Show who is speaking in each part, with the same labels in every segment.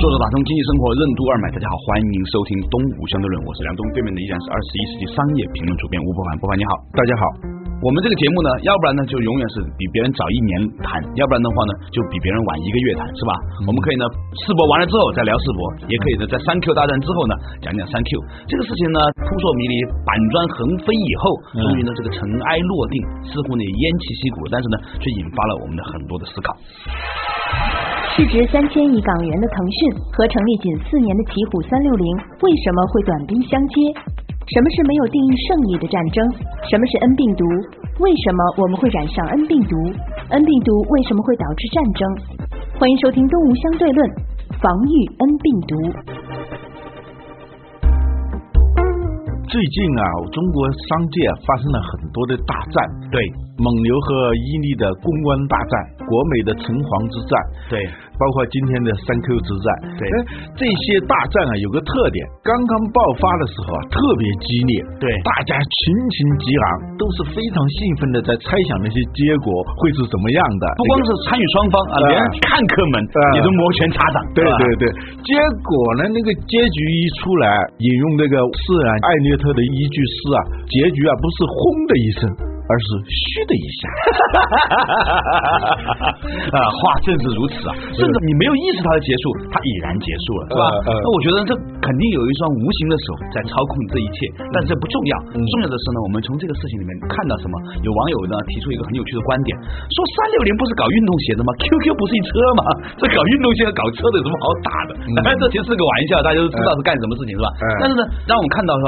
Speaker 1: 坐着打通经济生活任督二脉，大家好，欢迎收听东吴相对论，我是梁东，对面的依然是二十一世纪商业评论主编吴伯凡，伯凡你好，
Speaker 2: 大家好，
Speaker 1: 我们这个节目呢，要不然呢就永远是比别人早一年谈，要不然的话呢就比别人晚一个月谈，是吧？我们可以呢世博完了之后再聊世博，也可以呢在三 Q 大战之后呢讲讲三 Q 这个事情呢扑朔迷离，板砖横飞以后，终于呢这个尘埃落定，似乎呢也偃旗息鼓了，但是呢却引发了我们的很多的思考。
Speaker 3: 市值三千亿港元的腾讯和成立仅四年的奇虎三六零为什么会短兵相接？什么是没有定义胜利的战争？什么是 N 病毒？为什么我们会染上 N 病毒？N 病毒为什么会导致战争？欢迎收听《东吴相对论》，防御 N 病毒。
Speaker 2: 最近啊，中国商界啊发生了很多的大战，对，蒙牛和伊利的公关大战，国美的城隍之战，
Speaker 1: 对，
Speaker 2: 包括今天的三 Q 之战，
Speaker 1: 对
Speaker 2: 哎这些大战啊有个特点，刚刚爆发的时候啊特别激烈，
Speaker 1: 对
Speaker 2: 大家群情激昂，都是非常兴奋的在猜想那些结果会是怎么样的，
Speaker 1: 不光是参与双方啊，
Speaker 2: 啊
Speaker 1: 连看客们
Speaker 2: 啊
Speaker 1: 也都摩拳擦掌。是
Speaker 2: 对
Speaker 1: 啊吧
Speaker 2: 对对，结果呢，那个结局一出来，引用那个诗人艾略特的一句诗啊，结局啊不是轰的一声，而是嘘的一下。
Speaker 1: 啊，话正是如此啊，甚至你没有意识它的结束，它已然结束了，是吧？
Speaker 2: 呃呃
Speaker 1: 那我觉得这肯定有一双无形的手在操控这一切，
Speaker 2: 嗯
Speaker 1: 但这不重要，重要的是呢，我们从这个事情里面看到什么？有网友呢提出一个很有趣的观点，说三六零不是搞运动鞋的吗？QQ 不是一车吗？ 这搞运动鞋和搞车的有什么好打的？ 这其实是个玩笑，大家都知道是干什么事情是吧？
Speaker 2: 嗯
Speaker 1: 但是呢，让我们看到说，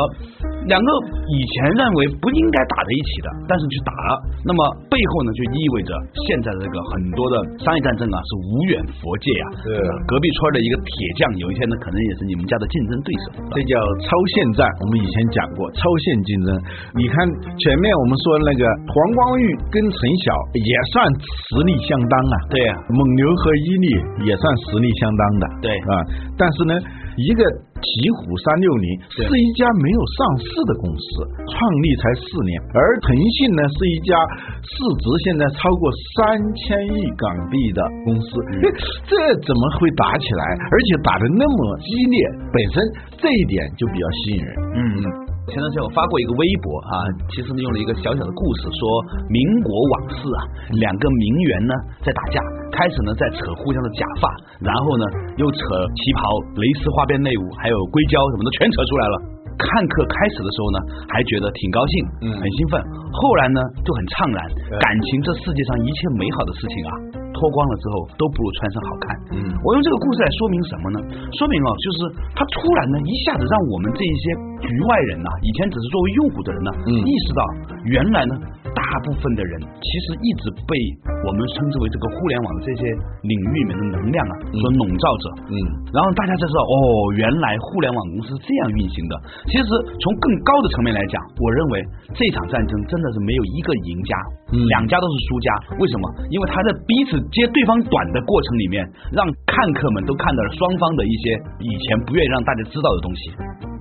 Speaker 1: 两个以前认为不应该打在一起的，但是去打了，那么背后呢，就意味着现在的这个很多的商业战争啊，是无远佛界啊。
Speaker 2: 是
Speaker 1: 隔壁村的一个铁匠，有一天呢，可能也是你们家的竞争对手。
Speaker 2: 这叫超限战，我们以前讲过超限竞争。你看前面我们说那个黄光裕跟陈晓也算实力相当啊，
Speaker 1: 对呀、
Speaker 2: 蒙牛和伊利也算实力相当的，
Speaker 1: 对
Speaker 2: 啊，但是呢，一个奇虎三六零是
Speaker 1: 对
Speaker 2: 一家没有上市的公司，创立才四年，而腾讯呢是一家市值现在超过三千亿港币的公司，
Speaker 1: 嗯
Speaker 2: 哎这怎么会打起来？而且打的那么激烈，本身这一点就比较吸引人。
Speaker 1: 嗯，前段时间我发过一个微博啊，其实呢用了一个小小的故事，说啊民国往事啊，两个名媛呢在打架，开始呢在扯互相的假发，然后呢又扯旗袍、蕾丝花边内舞，还有硅胶什么的全扯出来了。看客开始的时候呢，还觉得挺高兴，
Speaker 2: 嗯
Speaker 1: 很兴奋。后来呢，就很怅然，感情这世界上一切美好的事情啊，脱光了之后都不如穿上好看。
Speaker 2: 嗯
Speaker 1: 我用这个故事来说明什么呢？说明哦，就是他突然呢，一下子让我们这一些局外人呐、以前只是作为用户的人呢、
Speaker 2: 嗯
Speaker 1: 意识到原来呢，大部分的人其实一直被我们称之为这个互联网的这些领域里面的能量啊所笼罩着。
Speaker 2: 嗯
Speaker 1: 然后大家才知道，哦，原来互联网公司是这样运行的。其实从更高的层面来讲，我认为这场战争真的是没有一个赢家，
Speaker 2: 嗯
Speaker 1: 两家都是输家。为什么？因为他在彼此接对方短的过程里面，让看客们都看到了双方的一些以前不愿意让大家知道的东西。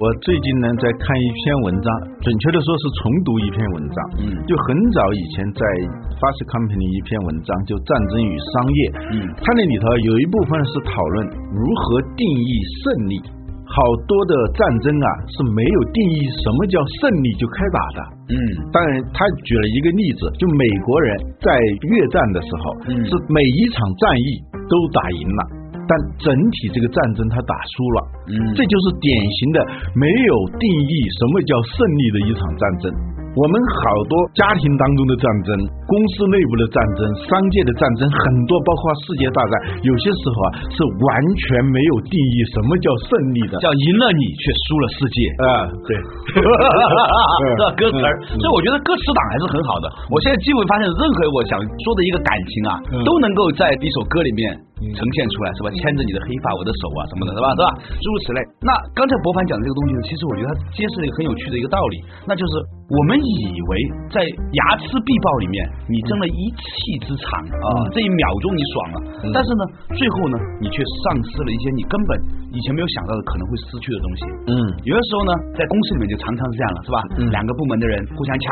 Speaker 2: 我最近呢在看一篇文章，准确的说是重读一篇文章，
Speaker 1: 嗯
Speaker 2: 就很早以前在 Fast Company 一篇文章，就《战争与商业》，
Speaker 1: 嗯
Speaker 2: 它那里头有一部分是讨论如何定义胜利。好多的战争啊是没有定义什么叫胜利就开打的，
Speaker 1: 嗯
Speaker 2: 当然，他举了一个例子，就美国人在越战的时候，
Speaker 1: 嗯
Speaker 2: 是每一场战役都打赢了，但整体这个战争他打输了。
Speaker 1: 嗯
Speaker 2: 这就是典型的没有定义什么叫胜利的一场战争。我们好多家庭当中的战争、公司内部的战争、商界的战争，很多包括世界大战，有些时候啊是完全没有定义什么叫胜利的。
Speaker 1: 叫赢了你，却输了世界。
Speaker 2: 啊，对，
Speaker 1: 是吧？歌词儿，所以我觉得歌词党还是很好的。我现在基本发现，任何我想说的一个感情啊，都能够在一首歌里面呈现出来，是吧？牵着你的黑发，我的手啊什么的，是吧？是吧？诸如此类。那刚才博凡讲的这个东西呢，其实我觉得它揭示了一个很有趣的一个道理，那就是我们以为在睚眦必报里面，你争了一气之长啊，这一秒钟你爽了，但是呢，最后呢，你却丧失了一些你根本以前没有想到的可能会失去的东西。
Speaker 2: 嗯
Speaker 1: 有的时候呢，在公司里面就常常是这样了，是吧？两个部门的人互相掐，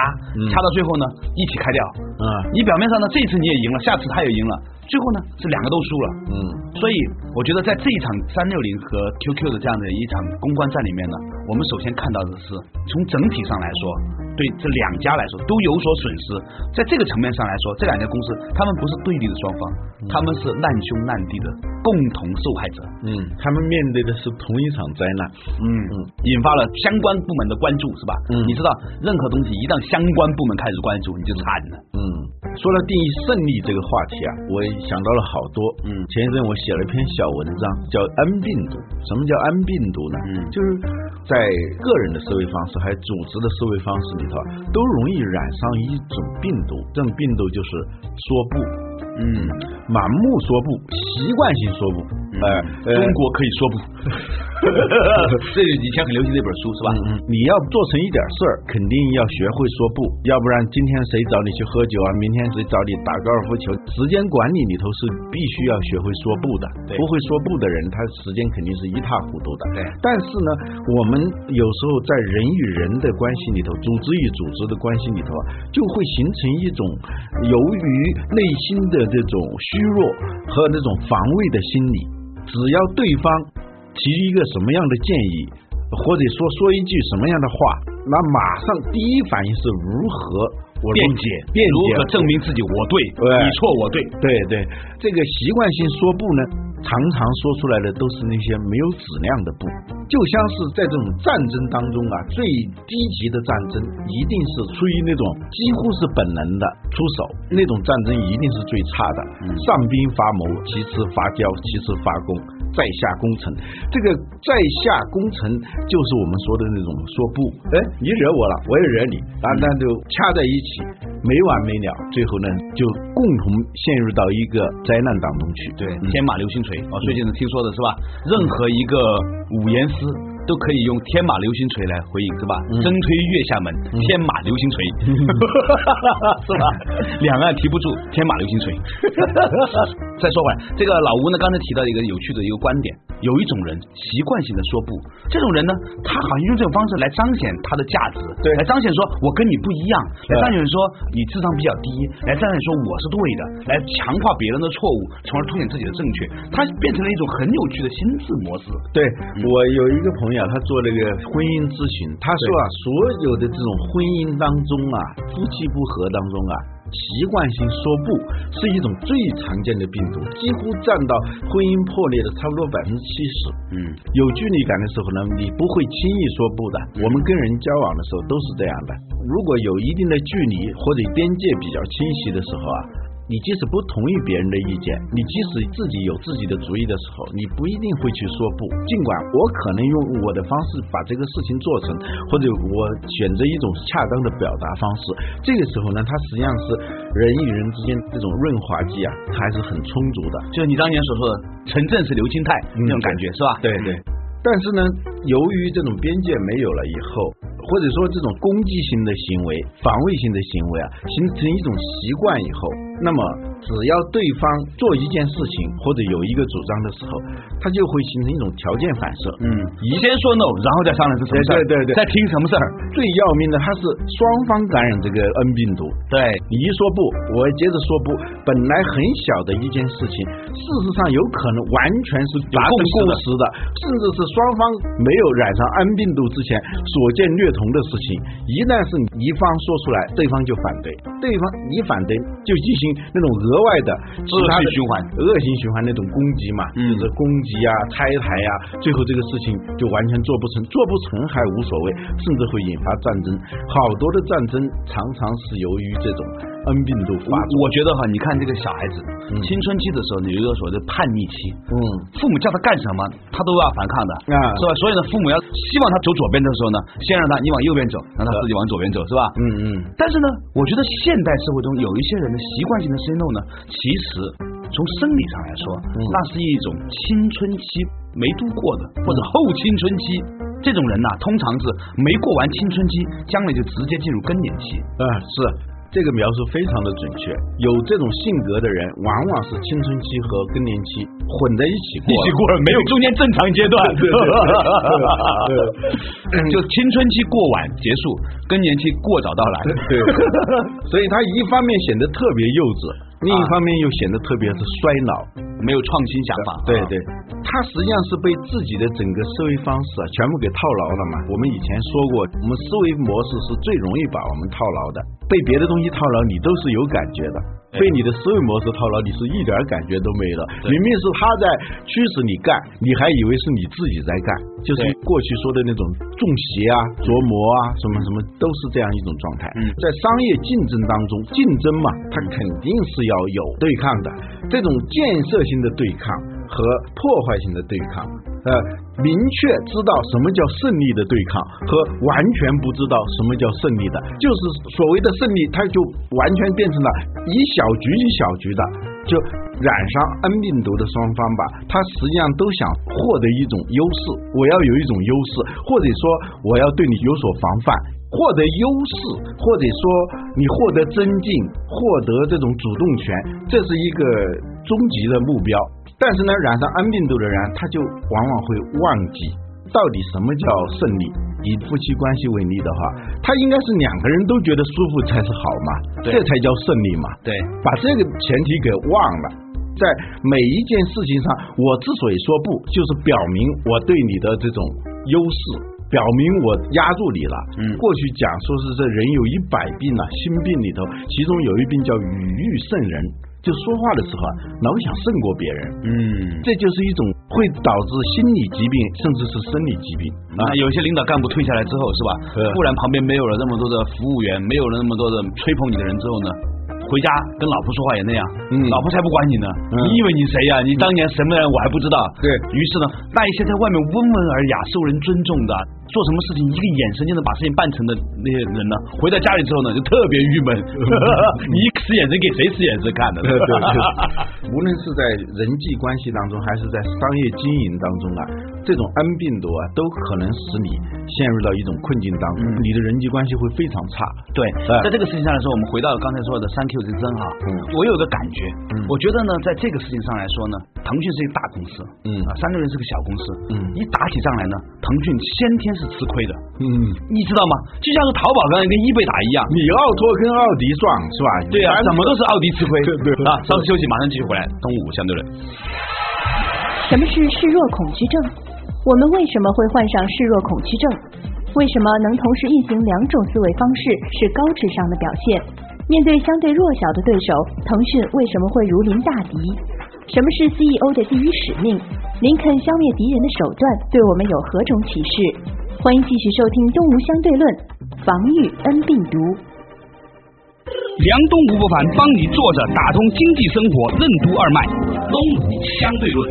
Speaker 1: 掐到最后呢，一起开掉。
Speaker 2: 啊
Speaker 1: 你表面上呢，这次你也赢了，下次他也赢了，最后呢是两个都输了。
Speaker 2: 嗯
Speaker 1: 所以我觉得在这一场三六零和 QQ 的这样的一场公关战里面呢，我们首先看到的是，从整体上来说，对这两家来说都有所损失。在这个层面上来说，这两家公司他们不是对立的双方，他们是难兄难弟的共同受害者。
Speaker 2: 嗯，他们面对的是同一场灾难。
Speaker 1: 嗯，引发了相关部门的关注，是吧？
Speaker 2: 嗯
Speaker 1: 你知道，任何东西一旦相关部门开始关注，你就惨了。
Speaker 2: 嗯，说到定义胜利这个话题啊，我也想到了好多。
Speaker 1: 嗯
Speaker 2: 前一阵我写了一篇小文章，叫“恩病毒”。什么叫恩病毒呢？
Speaker 1: 嗯
Speaker 2: 就是在个人的思维方式还有组织的思维方式里头啊，都容易染上一种病毒。这种病毒就是说不，
Speaker 1: 嗯，
Speaker 2: 盲目说不，习惯性说不。
Speaker 1: 嗯
Speaker 2: 呃，呃
Speaker 1: 中国可以 说不。这以前很流行这本书是吧？
Speaker 2: 嗯，你要做成一点事儿，肯定要学会说不，要不然今天谁找你去喝酒啊，明天谁找你打高尔夫球，时间管理里头是必须要学会说不的。
Speaker 1: 对
Speaker 2: 不会说不的人，他时间肯定是一塌糊涂的。
Speaker 1: 对
Speaker 2: 但是呢，我们有时候在人与人的关系里头，组织与组织的关系里头啊，就会形成一种呃由于内心的这种虚弱和那种防卫的心理。只要对方提一个什么样的建议，或者说说一句什么样的话，那马上第一反应是如何我
Speaker 1: 辩解，
Speaker 2: 辩
Speaker 1: 如
Speaker 2: 解
Speaker 1: 何证明自己我对，
Speaker 2: 对
Speaker 1: 你错我对。
Speaker 2: 对对，这个习惯性说不呢，常常说出来的都是那些没有质量的不，就像是在这种战争当中啊，最低级的战争一定是出于那种几乎是本能的出手，那种战争一定是最差的。
Speaker 1: 嗯
Speaker 2: 上兵伐谋，其次伐交，其次伐攻，在下攻城。这个在下攻城就是我们说的那种说不，哎，你惹我了，我也惹你，啊，那就掐在一起，没完没了，最后呢就共同陷入到一个灾难当中去。
Speaker 1: 对，
Speaker 2: 嗯
Speaker 1: 天马流星锤哦，最近听说的是吧？任何一个五言诗都可以用天马流星锤来回应，是吧？征推月下门，天马流星锤，是吧？两岸提不住，天马流星锤。再说回来，这个老吴呢，刚才提到一个有趣的一个观点，有一种人习惯性的说不，这种人呢，他好像用这种方式来彰显他的价值，
Speaker 2: 对
Speaker 1: 来彰显说我跟你不一样，来
Speaker 2: 对
Speaker 1: 彰显说你智商比较低，来彰显说我是对的，来强化别人的错误，从而凸显自己的正确，他变成了一种很有趣的心智模式。
Speaker 2: 对我有一个朋啊友，他做那个婚姻咨询，他说啊，所有的这种婚姻当中啊，夫妻不和当中啊，习惯性说不是一种最常见的病毒，几乎占到婚姻破裂的差不多百分之七十。
Speaker 1: 嗯，
Speaker 2: 有距离感的时候呢，你不会轻易说不的。我们跟人交往的时候都是这样的，如果有一定的距离或者边界比较清晰的时候啊。你即使不同意别人的意见，你即使自己有自己的主意的时候，你不一定会去说不。尽管我可能用我的方式把这个事情做成，或者我选择一种恰当的表达方式，这个时候呢，它实际上是人与人之间这种润滑剂啊，它还是很充足的。
Speaker 1: 就是你当年所说的“陈正是刘清泰”
Speaker 2: 嗯
Speaker 1: 那种感觉，是吧？
Speaker 2: 对对。但是呢，由于这种边界没有了以后，或者说这种攻击性的行为、防卫性的行为啊，形成一种习惯以后，那么只要对方做一件事情或者有一个主张的时候，他就会形成一种条件反射。
Speaker 1: 嗯，你先说 no，然后再商量是什么事儿，
Speaker 2: 对对对对
Speaker 1: 再听什么事儿，
Speaker 2: 最要命的，它是双方感染这个 N 病毒，
Speaker 1: 对，
Speaker 2: 你一说不，我接着说不。本来很小的一件事情，事实上有可能完全是达成共识的，甚至是双方没有染上安病毒之前所见略同的事情。一旦是一方说出来，对方就反对，对方一反对就进行那种额外的其
Speaker 1: 恶
Speaker 2: 他的
Speaker 1: 性循环
Speaker 2: 恶性循环那种攻击嘛，
Speaker 1: 嗯
Speaker 2: 就是攻击啊、拆台啊，最后这个事情就完全做不成，做不成还无所谓，甚至会引发战争。好多的战争常常是由于这种恩病毒发作。
Speaker 1: 我觉得哈，你看这个小孩子，青春期的时候有一个所谓的叛逆期，
Speaker 2: 嗯
Speaker 1: 父母叫他干什么，他都要反抗的，
Speaker 2: 啊
Speaker 1: 是吧？所以呢，父母要希望他走左边的时候呢，先让他你往右边走，让他自己往左边走，是吧？
Speaker 2: 嗯嗯，
Speaker 1: 但是呢，我觉得现代社会中有一些人的习惯性的 say no 呢，其实从生理上来说，
Speaker 2: 嗯
Speaker 1: 那是一种青春期没度过的，或者后青春期。这种人呐、通常是没过完青春期，将来就直接进入更年期。
Speaker 2: 啊，是这个描述非常的准确。有这种性格的人，往往是青春期和更年期混在一起
Speaker 1: 一
Speaker 2: 过了。
Speaker 1: 起过了，没有中间正常阶段。 就青春期过晚结束，更年期过早到来。
Speaker 2: 对， 所以他一方面显得特别幼稚，另
Speaker 1: 啊
Speaker 2: 一方面又显得特别是衰老。
Speaker 1: 没有创新想法。
Speaker 2: 对对，啊他实际上是被自己的整个思维方式啊，全部给套牢了嘛。我们以前说过，我们思维模式是最容易把我们套牢的，被别的东西套牢，你都是有感觉的。被你的思维模式套牢，你是一点儿感觉都没了。明明是他在驱使你干，你还以为是你自己在干，就是
Speaker 1: 对
Speaker 2: 过去说的那种中邪啊、琢磨啊，什么什么，都是这样一种状态。
Speaker 1: 嗯
Speaker 2: 在商业竞争当中，竞争嘛，它肯定是要有对抗的，这种建设性的对抗和破坏性的对抗。呃，明确知道什么叫胜利的对抗和完全不知道什么叫胜利的，就是所谓的胜利，它就完全变成了以小局一小局的，就染上恩病毒的双方吧，他实际上都想获得一种优势，我要有一种优势，或者说我要对你有所防范，获得优势，或者说你获得增进，获得这种主动权，这是一个终极的目标。但是呢，染上安病毒的人，他就往往会忘记到底什么叫胜利。以夫妻关系为例的话，他应该是两个人都觉得舒服才是好嘛，这
Speaker 1: 对
Speaker 2: 才叫胜利嘛。
Speaker 1: 对，
Speaker 2: 把这个前提给忘了。在每一件事情上，我之所以说不，就是表明我对你的这种优势，表明我压住你了。
Speaker 1: 嗯
Speaker 2: 过去讲说是这人有一百病啊，心病里头，其中有一病叫语欲胜人，就说话的时候啊，老想胜过别人，
Speaker 1: 嗯。
Speaker 2: 这就是一种会导致心理疾病，甚至是生理疾病
Speaker 1: 那
Speaker 2: 啊
Speaker 1: 有些领导干部退下来之后是吧
Speaker 2: 嗯？
Speaker 1: 不然旁边没有了那么多的服务员，没有了那么多的吹捧你的人之后呢，回家跟老婆说话也那样，
Speaker 2: 嗯
Speaker 1: 老婆才不管你呢。
Speaker 2: 嗯
Speaker 1: 你以为你谁呀、你当年什么人我还不知道。
Speaker 2: 对
Speaker 1: 于是呢，那一些在外面温文尔雅、受人尊重的，做什么事情一个眼神就能把事情办成的那些人呢，回到家里之后呢，就特别郁闷。 你一使眼神给谁使眼神看的？
Speaker 2: 嗯对对对，无论是在人际关系当中，还是在商业经营当中啊，这种恩病毒啊，都可能使你陷入到一种困境当中，
Speaker 1: 嗯
Speaker 2: 你的人际关系会非常差。
Speaker 1: 对
Speaker 2: 哎，
Speaker 1: 在这个事情上来说，我们回到刚才说的三 Q 之争哈，
Speaker 2: 嗯
Speaker 1: 我有个感觉，
Speaker 2: 嗯
Speaker 1: 我觉得呢，在这个事情上来说呢，腾讯是一个大公司，
Speaker 2: 嗯
Speaker 1: 啊，三六零是个小公司，
Speaker 2: 嗯
Speaker 1: 一打起仗来呢，腾讯先天是吃亏的，
Speaker 2: 嗯，
Speaker 1: 你知道吗？就像是淘宝刚才跟易贝打一样，
Speaker 2: 你奥拓跟奥迪撞是吧？
Speaker 1: 对啊，
Speaker 2: 你
Speaker 1: 怎么都是奥迪吃亏，
Speaker 2: 对对
Speaker 1: 啊，稍事休息，马上继续回来，东吴相对论。
Speaker 3: 什么是示弱恐惧症？我们为什么会患上示弱恐惧症？为什么能同时运行两种思维方式是高智商的表现？面对相对弱小的对手，腾讯为什么会如临大敌？什么是 CEO 的第一使命？林肯消灭敌人的手段对我们有何种启示？欢迎继续收听《东吴相对论》，防御恩病毒。
Speaker 4: 梁东吴不凡帮你坐着打通经济生活任督二脉，东吴相对论。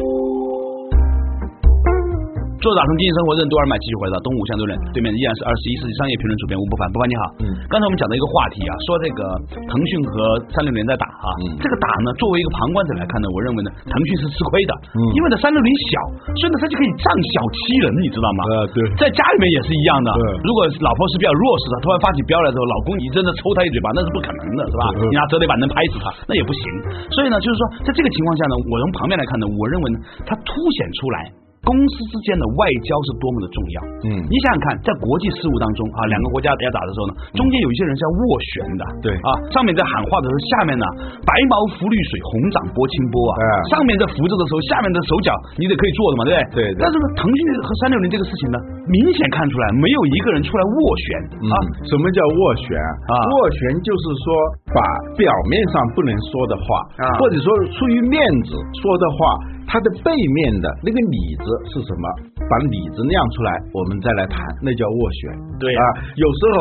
Speaker 1: 做打通经济生活任督二脉，继续回到东吴相对论对面，依然是二十一世纪商业评论主编吴伯凡。伯凡你好，
Speaker 2: 嗯
Speaker 1: 刚才我们讲到一个话题啊，说这个腾讯和三六零在打啊，
Speaker 2: 嗯
Speaker 1: 这个打呢，作为一个旁观者来看呢，我认为呢，腾讯是吃亏的，
Speaker 2: 嗯
Speaker 1: 因为呢三六零小，所以呢它就可以仗小欺人，你知道吗？
Speaker 2: 呃对
Speaker 1: 在家里面也是一样的
Speaker 2: 对，
Speaker 1: 如果老婆是比较弱势的，突然发起飙来之后，老公你真的抽她一嘴巴，那是不可能的，是吧？
Speaker 2: 对
Speaker 1: 你拿折叠板能拍死她，那也不行。所以呢，就是说，在这个情况下呢，我从旁边来看呢，我认为呢，它凸显出来。公司之间的外交是多么的重要。
Speaker 2: 嗯
Speaker 1: 你想想看，在国际事务当中啊，两个国家要打的时候呢，啊中间有一些人是要斡旋的。
Speaker 2: 对
Speaker 1: 啊，上面在喊话的时候，下面呢白毛浮绿水，红掌拨清波啊。
Speaker 2: 哎
Speaker 1: 上面在扶着的时候，下面的手脚你得可以做的嘛，对不对？
Speaker 2: 对对
Speaker 1: 但是呢，腾讯和三六零这个事情呢，明显看出来没有一个人出来斡旋
Speaker 2: 嗯
Speaker 1: 啊。，
Speaker 2: 什么叫斡旋
Speaker 1: 啊
Speaker 2: 斡旋就是说把表面上不能说的话，
Speaker 1: 啊
Speaker 2: 或者说出于面子说的话，它的背面的那个里子是什么？把里子亮出来，我们再来谈，那叫斡旋。
Speaker 1: 对
Speaker 2: 啊，有时候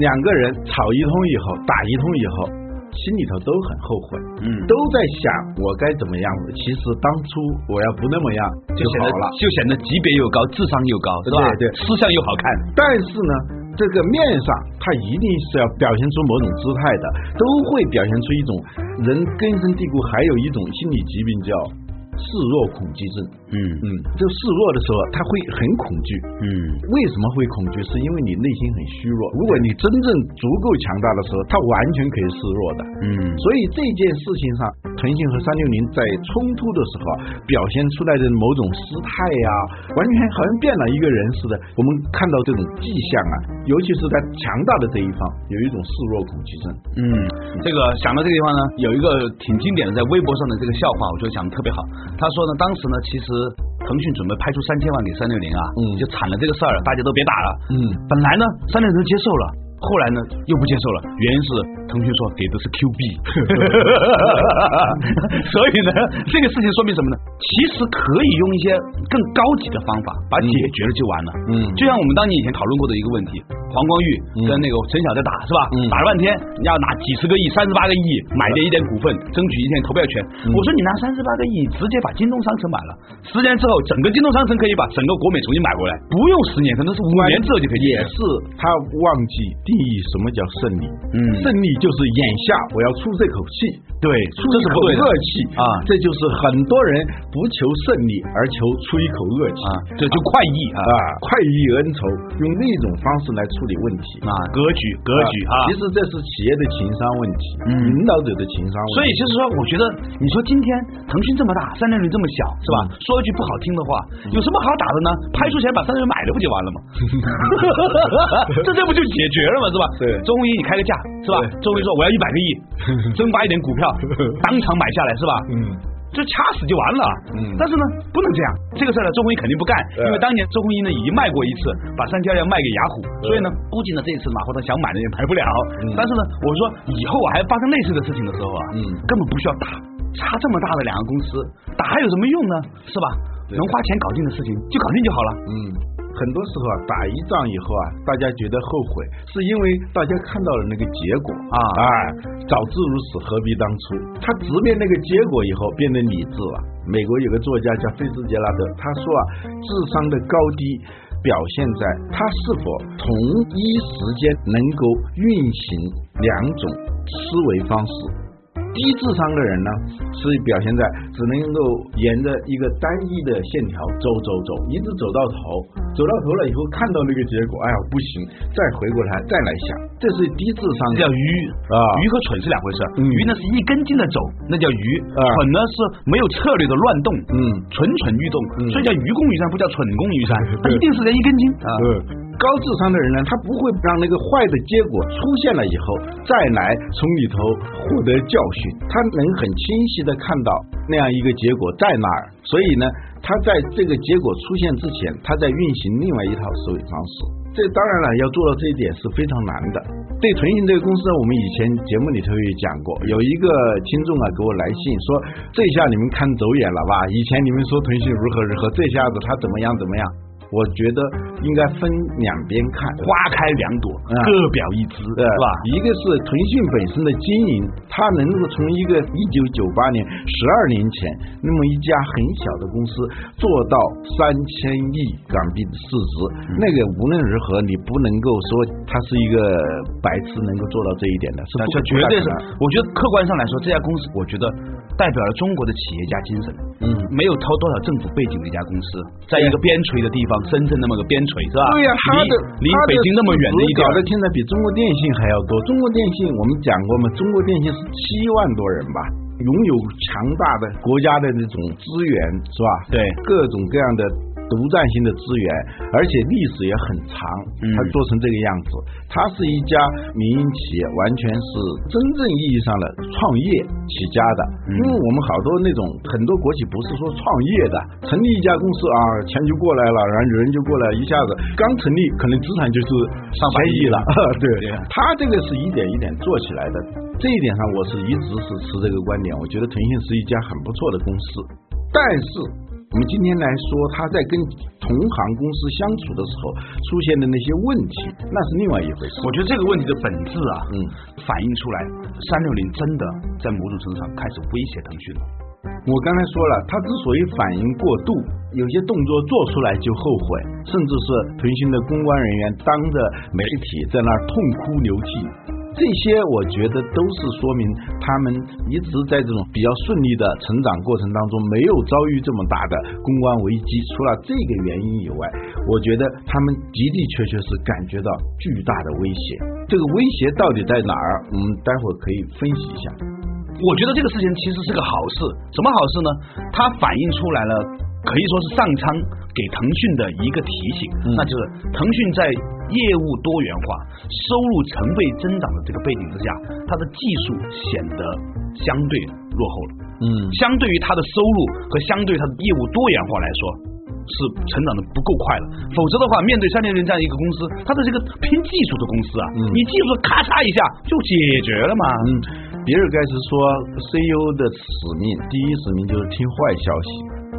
Speaker 2: 两个人吵一通以后，打一通以后，心里头都很后悔，
Speaker 1: 嗯
Speaker 2: 都在想我该怎么样。其实当初我要不那么样
Speaker 1: 就
Speaker 2: 就
Speaker 1: 显
Speaker 2: 好
Speaker 1: 得
Speaker 2: 了。
Speaker 1: 就显得级别又高，智商又高，是吧？
Speaker 2: 对对
Speaker 1: 吃相又好看。
Speaker 2: 但是呢，这个面上，他一定是要表现出某种姿态的，都会表现出一种人根深蒂固，还有一种心理疾病叫示弱恐惧症。
Speaker 1: 嗯
Speaker 2: 嗯，就示弱的时候，他会很恐惧。
Speaker 1: 嗯
Speaker 2: 为什么会恐惧？是因为你内心很虚弱。如果你真正足够强大的时候，他完全可以示弱的。
Speaker 1: 嗯
Speaker 2: 所以这件事情上，腾讯和三六零在冲突的时候啊，表现出来的某种失态呀、完全好像变了一个人似的。我们看到这种迹象啊，尤其是在强大的这一方，有一种示弱恐惧症。
Speaker 1: 嗯，这个想到这个地方呢，有一个挺经典的在微博上的这个笑话，我觉得讲的特别好。他说呢，当时呢，其实腾讯准备拍出三千万给三六零啊，
Speaker 2: 嗯
Speaker 1: 就惨了这个事儿，大家都别打了。
Speaker 2: 嗯
Speaker 1: 本来呢，三六零接受了。后来呢，又不接受了，原因是腾讯说给的是 Q 币， 所以呢，这个事情说明什么呢？其实可以用一些更高级的方法把解决了就完了。
Speaker 2: 嗯
Speaker 1: 就像我们当年以前讨论过的一个问题，黄光裕跟那个陈晓在打是吧？
Speaker 2: 嗯
Speaker 1: 打了半天，你要拿几十个亿、三十八个亿买这一点股份，争取一点投票权。
Speaker 2: 嗯
Speaker 1: 我说你拿三十八个亿直接把京东商城买了，十年之后整个京东商城可以把整个国美重新买过来，不用十年，可能是五年之后就可以。
Speaker 2: 也是他忘记定义什么叫胜利。
Speaker 1: 嗯
Speaker 2: 胜利就是眼下我要出这口气，
Speaker 1: 对，
Speaker 2: 出
Speaker 1: 这
Speaker 2: 一
Speaker 1: 是
Speaker 2: 口
Speaker 1: 不对的
Speaker 2: 恶气
Speaker 1: 啊
Speaker 2: 这就是很多人不求胜利，而求出一口恶气
Speaker 1: 啊，这就快意啊
Speaker 2: 啊，快意恩仇，用那种方式来处理问题。
Speaker 1: 啊，格局格局啊。
Speaker 2: 其实这是企业的情商问题，
Speaker 1: 嗯
Speaker 2: 领导者的情商问题。
Speaker 1: 所以就是说，我觉得你说今天腾讯这么大，三六零这么小，是
Speaker 2: 嗯
Speaker 1: 吧？说一句不好听的话，有什么好打的呢？拍出钱把三六零买了不就完了吗？ 这这不就解决了吗？是吧？
Speaker 2: 对
Speaker 1: 终于你开个价，是吧？
Speaker 2: 对
Speaker 1: 终于说我要一百个亿，增发一点股 票，当场买下来，是吧？
Speaker 2: 嗯，
Speaker 1: 就掐死就完了。
Speaker 2: 嗯
Speaker 1: 但是呢，不能这样。这个事儿呢，周鸿祎肯定不干，
Speaker 2: 对
Speaker 1: 因为当年周鸿祎呢已经卖过一次，把三七二幺卖给雅虎，所以呢，估计呢这一次马化腾想买的也买不了。但是呢，我说以后啊，还发生类似的事情的时候啊，
Speaker 2: 嗯
Speaker 1: 根本不需要打，差这么大的两个公司，打还有什么用呢？是吧？
Speaker 2: 对
Speaker 1: 能花钱搞定的事情就搞定就好了。
Speaker 2: 嗯，很多时候啊，打一仗以后啊，大家觉得后悔，是因为大家看到了那个结果
Speaker 1: 啊
Speaker 2: 哎，早知如此，何必当初？他直面那个结果以后，变得理智了。美国有个作家叫菲茨杰拉德，他说啊，智商的高低。表现在他是否同一时间能够运行两种思维方式。低智商的人呢，是表现在只能够沿着一个单一的线条走走走，一直走到头，走到头了以后看到那个结果，哎呀不行，再回过来再来想，这是低智商的
Speaker 1: 叫鱼
Speaker 2: 啊
Speaker 1: 鱼和蠢是两回事。
Speaker 2: 嗯
Speaker 1: 鱼呢是一根筋的走，那叫鱼；
Speaker 2: 啊
Speaker 1: 蠢呢是没有策略的乱动，
Speaker 2: 嗯
Speaker 1: 蠢蠢欲动，
Speaker 2: 嗯
Speaker 1: 所以叫愚公移山，不叫蠢公移 山，它一定是在一根筋啊。
Speaker 2: 嗯。高智商的人呢，他不会让那个坏的结果出现了以后再来从里头获得教训，他能很清晰的看到那样一个结果在那儿，所以呢，他在这个结果出现之前，他在运行另外一套思维方式。这当然了，要做到这一点是非常难的。对腾讯这个公司呢，我们以前节目里头也讲过，有一个听众啊给我来信说，这下你们看走眼了吧？以前你们说腾讯如何如何，这下子他怎么样怎么样？我觉得应该分两边看，
Speaker 1: 花开两朵，
Speaker 2: 嗯
Speaker 1: 各表一枝，
Speaker 2: 呃
Speaker 1: 是吧？
Speaker 2: 一个是腾讯本身的经营，它能够从一个一九九八年十二年前那么一家很小的公司做到三千亿港币的市值，
Speaker 1: 嗯
Speaker 2: 那个无论如何你不能够说它是一个白痴能够做到啊这一点的，是
Speaker 1: 那
Speaker 2: 不
Speaker 1: 这
Speaker 2: 不
Speaker 1: 绝
Speaker 2: 大
Speaker 1: 对
Speaker 2: 可
Speaker 1: 是
Speaker 2: 能，
Speaker 1: 我觉得客观上来说，这家公司我觉得代表了中国的企业家精神。
Speaker 2: 嗯
Speaker 1: 没有掏多少政府背景的一家公司，在一个边陲的地方，深圳那么个边陲是吧？
Speaker 2: 对呀、他的
Speaker 1: 啊离离
Speaker 2: 他
Speaker 1: 北京那么远的一
Speaker 2: 搞
Speaker 1: 点儿
Speaker 2: 的现在比中国电信还要多。中国电信我们讲过嘛，中国电信是七万多人吧，拥有强大的国家的那种资源是吧？
Speaker 1: 对
Speaker 2: 各种各样的独占性的资源，而且历史也很长，
Speaker 1: 嗯
Speaker 2: 它做成这个样子，它是一家民营企业，完全是真正意义上的创业起家的。因为我们好多那种很多国企不是说创业的，成立一家公司啊，钱就过来了，然后人就过来，一下子刚成立，可能资产就是上
Speaker 1: 百亿
Speaker 2: 了。 对
Speaker 1: 对啊，
Speaker 2: 他这个是一点一点做起来的，这一点上我是一直是持这个观点，我觉得腾讯是一家很不错的公司，但是。我们今天来说，他在跟同行公司相处的时候出现的那些问题，那是另外一回事。
Speaker 1: 我觉得这个问题的本质啊，
Speaker 2: 嗯，
Speaker 1: 反映出来，三六零真的在某种程度上开始威胁腾讯了。
Speaker 2: 我刚才说了，他之所以反应过度，有些动作做出来就后悔，甚至是腾讯的公关人员当着媒体在那儿痛哭流涕。这些我觉得都是说明他们一直在这种比较顺利的成长过程当中，没有遭遇这么大的公关危机。除了这个原因以外，我觉得他们的的确确是感觉到巨大的威胁。这个威胁到底在哪儿？我们待会儿可以分析一下。
Speaker 1: 我觉得这个事情其实是个好事，什么好事呢？它反映出来了，可以说是上苍给腾讯的一个提醒，那
Speaker 2: 嗯
Speaker 1: 就是腾讯在业务多元化、收入成倍增长的这个背景之下，它的技术显得相对落后了。
Speaker 2: 嗯
Speaker 1: 相对于它的收入和相对它的业务多元化来说，是成长的不够快了。否则的话，面对三六零这样一个公司，它的这个拼技术的公司啊，
Speaker 2: 嗯
Speaker 1: 你技术咔嚓一下就解决了嘛。
Speaker 2: 嗯，比尔盖茨说，CEO 的使命，第一使命就是听坏消息。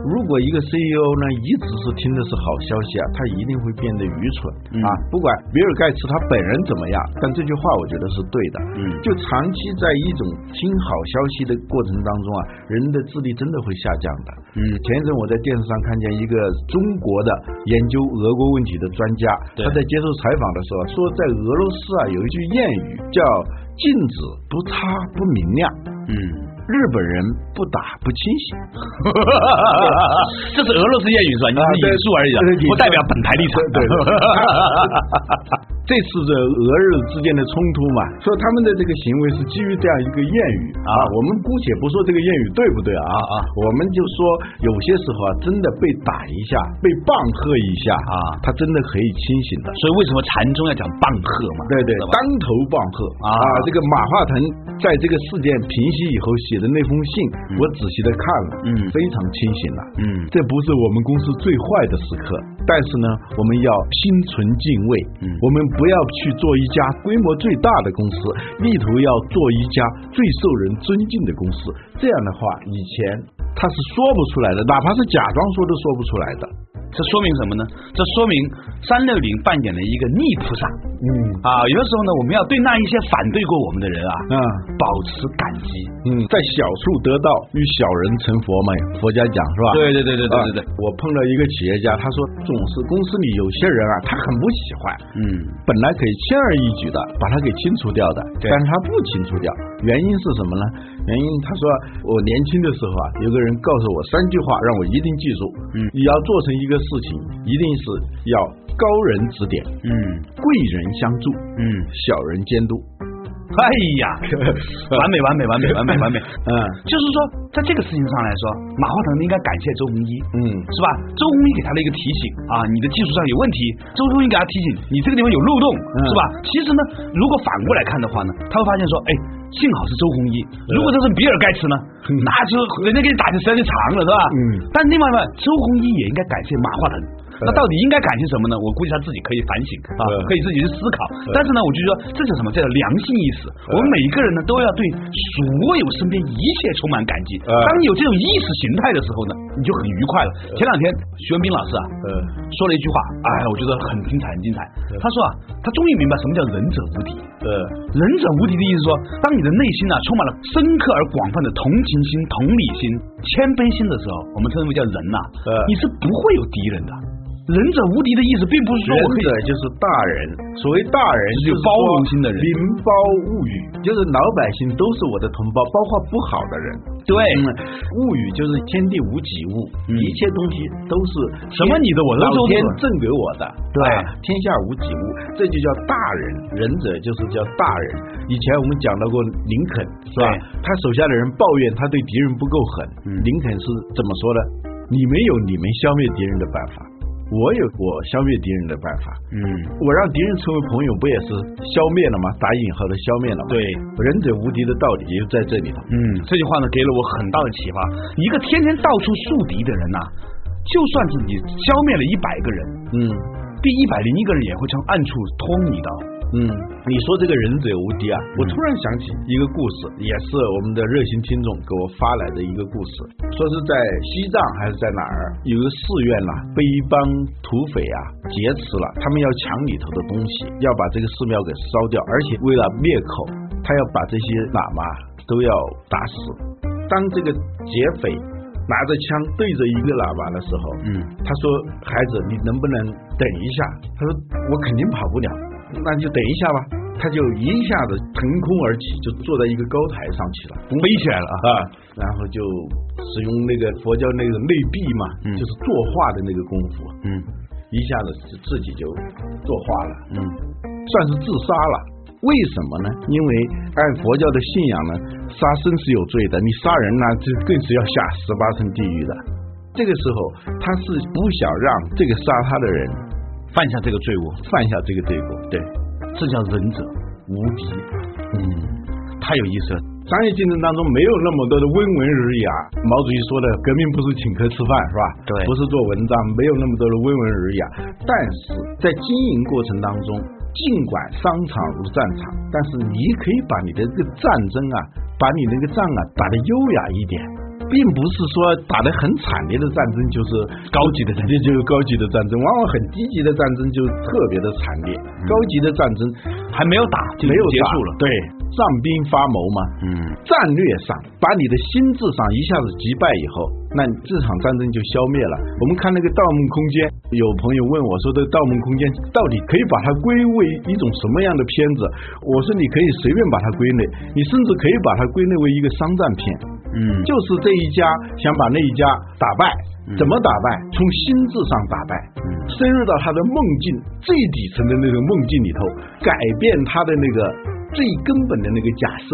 Speaker 2: 如果一个 CEO 呢一直是听的是好消息啊，他一定会变得愚蠢、
Speaker 1: 嗯
Speaker 2: 啊！不管比尔盖茨他本人怎么样，但这句话我觉得是对的。
Speaker 1: 嗯
Speaker 2: 就长期在一种听好消息的过程当中啊，人的智力真的会下降的。
Speaker 1: 嗯
Speaker 2: 前一阵我在电视上看见一个中国的研究俄国问题的专家，
Speaker 1: 对
Speaker 2: 他在接受采访的时候啊说，在俄罗斯啊有一句谚语叫“禁止不擦不明亮”，
Speaker 1: 嗯。
Speaker 2: 日本人不打不清醒。
Speaker 1: 这是俄罗斯谚语是吧？你
Speaker 2: 啊
Speaker 1: 是引
Speaker 2: 对
Speaker 1: 述而已啊
Speaker 2: 对对，
Speaker 1: 不代表本台立场。
Speaker 2: 对对对这次的俄日之间的冲突嘛，说他们的这个行为是基于这样一个谚语啊，我们姑且不说这个谚语对不对啊
Speaker 1: 啊
Speaker 2: 我们就说有些时候啊，真的被打一下，被棒喝一下
Speaker 1: 啊
Speaker 2: 他真的可以清醒的。
Speaker 1: 所以为什么禅宗要讲棒喝嘛？
Speaker 2: 对对
Speaker 1: 是，吧
Speaker 2: 当头棒喝
Speaker 1: 啊
Speaker 2: 这个马化腾在这个事件平息以后写的那封信，我仔细的看了，
Speaker 1: 嗯
Speaker 2: 非常清醒了，
Speaker 1: 嗯
Speaker 2: 这不是我们公司最坏的时刻，但是呢，我们要心存敬畏，
Speaker 1: 嗯
Speaker 2: 我们不要去做一家规模最大的公司，力图要做一家最受人尊敬的公司。这样的话，以前他是说不出来的，哪怕是假装说都说不出来的。
Speaker 1: 这说明什么呢？这说明三六零扮演了一个逆菩萨
Speaker 2: 嗯
Speaker 1: 啊！有的时候呢，我们要对那一些反对过我们的人啊，
Speaker 2: 啊。
Speaker 1: 保持感激。
Speaker 2: 嗯，在小处得道，与小人成佛嘛，佛家讲是吧？
Speaker 1: 对对对对对对对
Speaker 2: 啊，我碰到一个企业家，他说总是公司里有些人啊，他很不喜欢，
Speaker 1: 嗯，
Speaker 2: 本来可以轻而易举的把他给清除掉的，
Speaker 1: 对
Speaker 2: 但是他不清除掉，原因是什么呢？原因他说我年轻的时候啊，有个人告诉我三句话，让我一定记住。
Speaker 1: 嗯
Speaker 2: 你要做成一个事情，一定是要高人指点，
Speaker 1: 嗯
Speaker 2: 贵人相助，
Speaker 1: 嗯，
Speaker 2: 小人监督。
Speaker 1: 哎呀， 完美完美完美完美完美！
Speaker 2: 嗯
Speaker 1: 就是说，在这个事情上来说，马化腾应该感谢周鸿祎。
Speaker 2: 嗯
Speaker 1: 是吧？周鸿祎给他的一个提醒啊，你的技术上有问题，周鸿祎给他提醒你这个地方有漏洞，
Speaker 2: 嗯
Speaker 1: 是吧？其实呢，如果反过来看的话呢，他会发现说，哎，幸好是周鸿祎，
Speaker 2: 嗯
Speaker 1: 如果这是比尔盖茨呢，那就人家给你打的时间就长了，是吧？
Speaker 2: 嗯
Speaker 1: 但另外呢，周鸿祎也应该感谢马化腾。那到底应该感谢什么呢？我估计他自己可以反省啊
Speaker 2: 嗯，
Speaker 1: 可以自己去思考。但是呢，我就说这叫什么？这叫良性意识。我
Speaker 2: 嗯
Speaker 1: 们每一个人呢，都要对所有身边一切充满感激。
Speaker 2: 嗯
Speaker 1: 当你有这种意识形态的时候呢，你就很愉快了。前两天徐文斌老师啊，
Speaker 2: 呃，啊
Speaker 1: 说了一句话，哎，我觉得很精彩，很精彩。他说啊，他终于明白什么叫仁者无敌。
Speaker 2: 呃，
Speaker 1: 仁者无敌的意思说，当你的内心啊充满了深刻而广泛的同情心、同理心、谦卑心的时候，我们称之为叫仁呐、
Speaker 2: 呃
Speaker 1: 你是不会有敌人的。仁者无敌的意思，并不是说
Speaker 2: 仁
Speaker 1: 我可以
Speaker 2: 者就是大人，所谓大人
Speaker 1: 是有
Speaker 2: 就是
Speaker 1: 包
Speaker 2: 说
Speaker 1: 容心的人
Speaker 2: 民胞物语，就是老百姓都是我的同胞，包括不好的人。
Speaker 1: 对
Speaker 2: 嗯物语就是天地无己物，
Speaker 1: 嗯
Speaker 2: 一切东西都是
Speaker 1: 什么你的我的
Speaker 2: 老
Speaker 1: 都是
Speaker 2: 天
Speaker 1: 我的
Speaker 2: 赠给我的，
Speaker 1: 对
Speaker 2: 啊天下无己物，这就叫大人。仁者就是叫大人。以前我们讲到过林肯，是吧
Speaker 1: 对？
Speaker 2: 他手下的人抱怨他对敌人不够狠，
Speaker 1: 嗯
Speaker 2: 林肯是怎么说的？你没有你们消灭敌人的办法，我有我消灭敌人的办法。
Speaker 1: 嗯，
Speaker 2: 我让敌人成为朋友，不也是消灭了吗？打引号的消灭了吗？
Speaker 1: 对，
Speaker 2: 仁者无敌的道理也就在这里了。
Speaker 1: 嗯，这句话呢给了我很大的启发。一个天天到处树敌的人呐、就算是你消灭了一百个人，
Speaker 2: 嗯
Speaker 1: 第一百零一个人也会从暗处捅你刀。
Speaker 2: 嗯，你说这个仁者无敌啊，我突然想起一个故事，也是我们的热心听众给我发来的一个故事，说是在西藏还是在哪儿，有个寺院呐、被一帮土匪啊劫持了，他们要抢里头的东西，要把这个寺庙给烧掉，而且为了灭口，他要把这些喇嘛都要打死。当这个劫匪拿着枪对着一个喇叭的时候，
Speaker 1: 嗯，
Speaker 2: 他说：“孩子，你能不能等一下？”他说：“我肯定跑不了，那你就等一下吧。”他就一下子腾空而起，就坐在一个高台上去了。
Speaker 1: 飞起来了啊！
Speaker 2: 啊，然后就使用那个佛教那个内壁嘛，
Speaker 1: 嗯
Speaker 2: 就是作画的那个功夫，
Speaker 1: 嗯
Speaker 2: 一下子就自己就作画了，
Speaker 1: 嗯
Speaker 2: 算是自杀了。为什么呢？因为按佛教的信仰呢，杀生是有罪的，你杀人呢，这更是要下十八层地狱的。这个时候，他是不想让这个杀他的人
Speaker 1: 犯下这个罪恶，
Speaker 2: 犯下这个罪过。对，
Speaker 1: 这叫忍者无敌。嗯，太有意思了。
Speaker 2: 商业竞争当中没有那么多的温文儒雅。毛主席说的“革命不是请客吃饭”，是吧？
Speaker 1: 对
Speaker 2: 不是做文章，没有那么多的温文儒雅。但是在经营过程当中，尽管商场如战场，但是你可以把你的这个战争啊，把你那个仗啊打得优雅一点。并不是说打得很惨烈的战争就是高级的战争，就是高级的战争，往往很低级的战争就特别的惨烈。高级的战争
Speaker 1: 还没有打，就
Speaker 2: 没有
Speaker 1: 结
Speaker 2: 打
Speaker 1: 束了。，
Speaker 2: 对，上兵发谋嘛，
Speaker 1: 嗯，
Speaker 2: 战略上把你的心智上一下子击败以后，那你这场战争就消灭了。我们看那个《盗梦空间》，有朋友问我说：“这《盗梦空间》到底可以把它归为一种什么样的片子？”我说：“你可以随便把它归类，你甚至可以把它归类为一个商战片，
Speaker 1: 嗯，
Speaker 2: 就是这一家想把那一家打败。”怎么打败？从心智上打败，深入到他的梦境最底层的那种梦境里头，改变他的那个最根本的那个假设，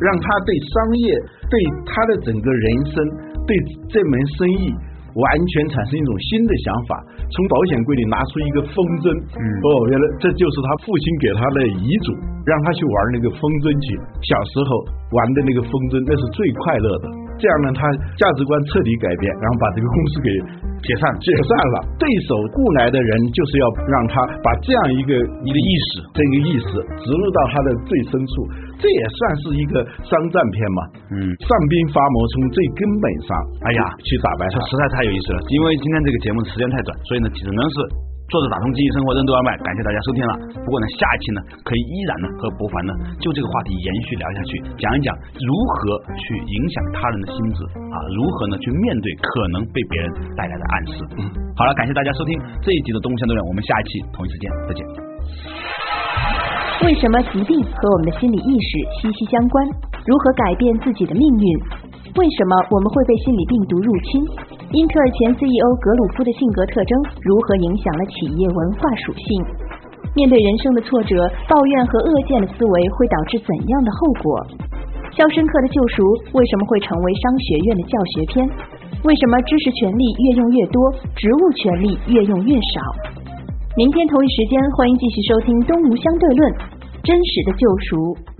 Speaker 2: 让他对商业、对他的整个人生、对这门生意完全产生一种新的想法。从保险柜里拿出一个风筝，哦，原来这就是他父亲给他的遗嘱，让他去玩那个风筝去。小时候玩的那个风筝，那是最快乐的。这样呢，他价值观彻底改变，然后把这个公司给
Speaker 1: 解散
Speaker 2: 解散了。对手雇来的人就是要让他把这样一个你的意识，这个意识植入到他的最深处，这也算是一个商战片嘛。
Speaker 1: 嗯，
Speaker 2: 上兵发谋，从最根本上，
Speaker 1: 哎呀
Speaker 2: 去打败
Speaker 1: 这
Speaker 2: 他。
Speaker 1: 实在太有意思了。因为今天这个节目时间太短，所以呢，只能是坐着打通经济生活任督二脉，感谢大家收听了。不过呢，下一期呢，可以依然呢和博凡呢就这个话题延续聊下去，讲一讲如何去影响他人的心智啊，如何呢去面对可能被别人带来的暗示。嗯，好了，感谢大家收听这一集的《动物相对论》，我们下一期同一时间再见。
Speaker 3: 为什么疾病和我们的心理意识息息相关？如何改变自己的命运？为什么我们会被心理病毒入侵？英特尔前 CEO 格鲁夫的性格特征如何影响了企业文化属性？面对人生的挫折，抱怨和恶见的思维会导致怎样的后果？《肖申克的救赎》为什么会成为商学院的教学片？为什么知识权利越用越多，职务权利越用越少？明天同一时间，欢迎继续收听《东吴相对论》，真实的救赎。